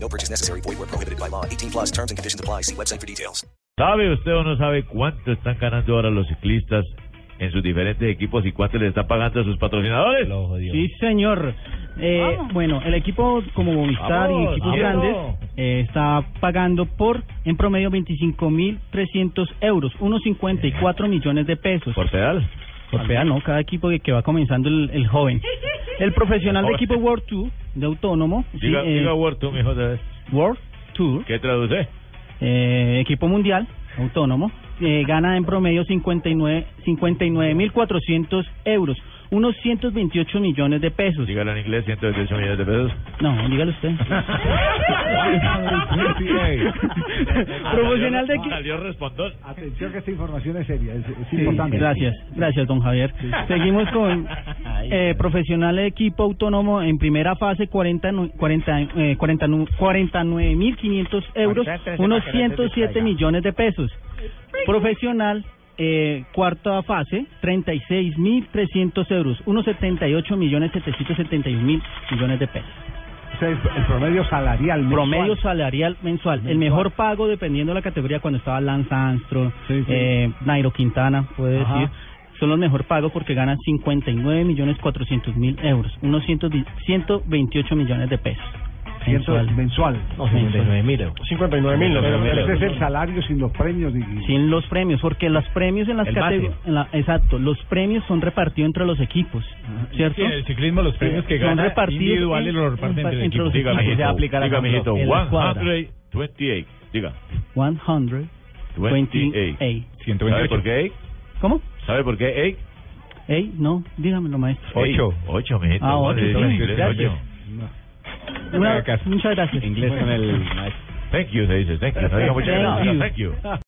No purchase necessary. Void where prohibited by law. 18 plus terms and conditions apply. See website for details. ¿Sabe usted o no sabe cuánto están ganando ahora los ciclistas en sus diferentes equipos y cuánto les está pagando a sus patrocinadores? Sí, señor. Eh, bueno, el equipo como Movistar Vamos, y equipos vamos. grandes eh, está pagando por en promedio 25.300 euros, unos 54 millones de pesos. ¿Por pedal? Por fea, no, cada equipo que, que va comenzando el, el joven. El profesional de Ahora. equipo World Tour, de autónomo, sí, Diga, eh, diga Word tú, mijo, otra vez. World Tour, ¿Qué traduce? eh, equipo mundial, autónomo, eh, gana en promedio 59 59.400 euros, unos 128 millones de pesos. Dígalo en inglés, 128 millones de pesos. No, dígalo usted. Profesional de equipo. Salió respondón. Atención que esta información es seria, es, es Sí, importante. gracias, gracias, don Javier. Seguimos con eh, profesional de equipo autónomo en primera fase, 40, nu- 40, eh, 40 nu- 49.500 euros, unos 107 millones de pesos. Profesional, eh, cuarta fase, 36.300 euros, unos 78 millones 771 mil millones de pesos. O sea, el, el promedio salarial. mensual. Promedio salarial mensual. El mejor pago, dependiendo de la categoría, cuando estaba Lance Armstrong, Sí, sí. eh, Nairo Quintana, puede Ajá. decir, son los mejor pagos porque ganan 59 millones 400 mil euros, unos 100 di- 128 millones de pesos. Ciento- mensual. mensual. mil euros. 59 mil. Ese es el salario sin los premios. y- y- Sin los premios, porque los premios en las El base. categorías. Exacto, los premios son repartidos entre los equipos, ¿cierto? ciclismo, los premios que Son ganan repartidos individuales en- los reparten entre entre el los equipo. Diga, equipos. Así mijito. se aplica la Diga, campeona. mijito. en la escuadra. 128. Diga. 28. ¿Sabe 128. 128. por qué? eight? ¿Cómo? ¿Sabe por qué? eight? Ey, no, dígamelo, maestro. Ocho. Eight. Ocho, mijito. Ah, ¿Cómo ocho, se dice en sí. inglés? Gracias. Ocho. Una- Gracias. muchas gracias. Inglés con el maestro. Thank you, se dice. Thank you. No diga muchas gracias. Thank you.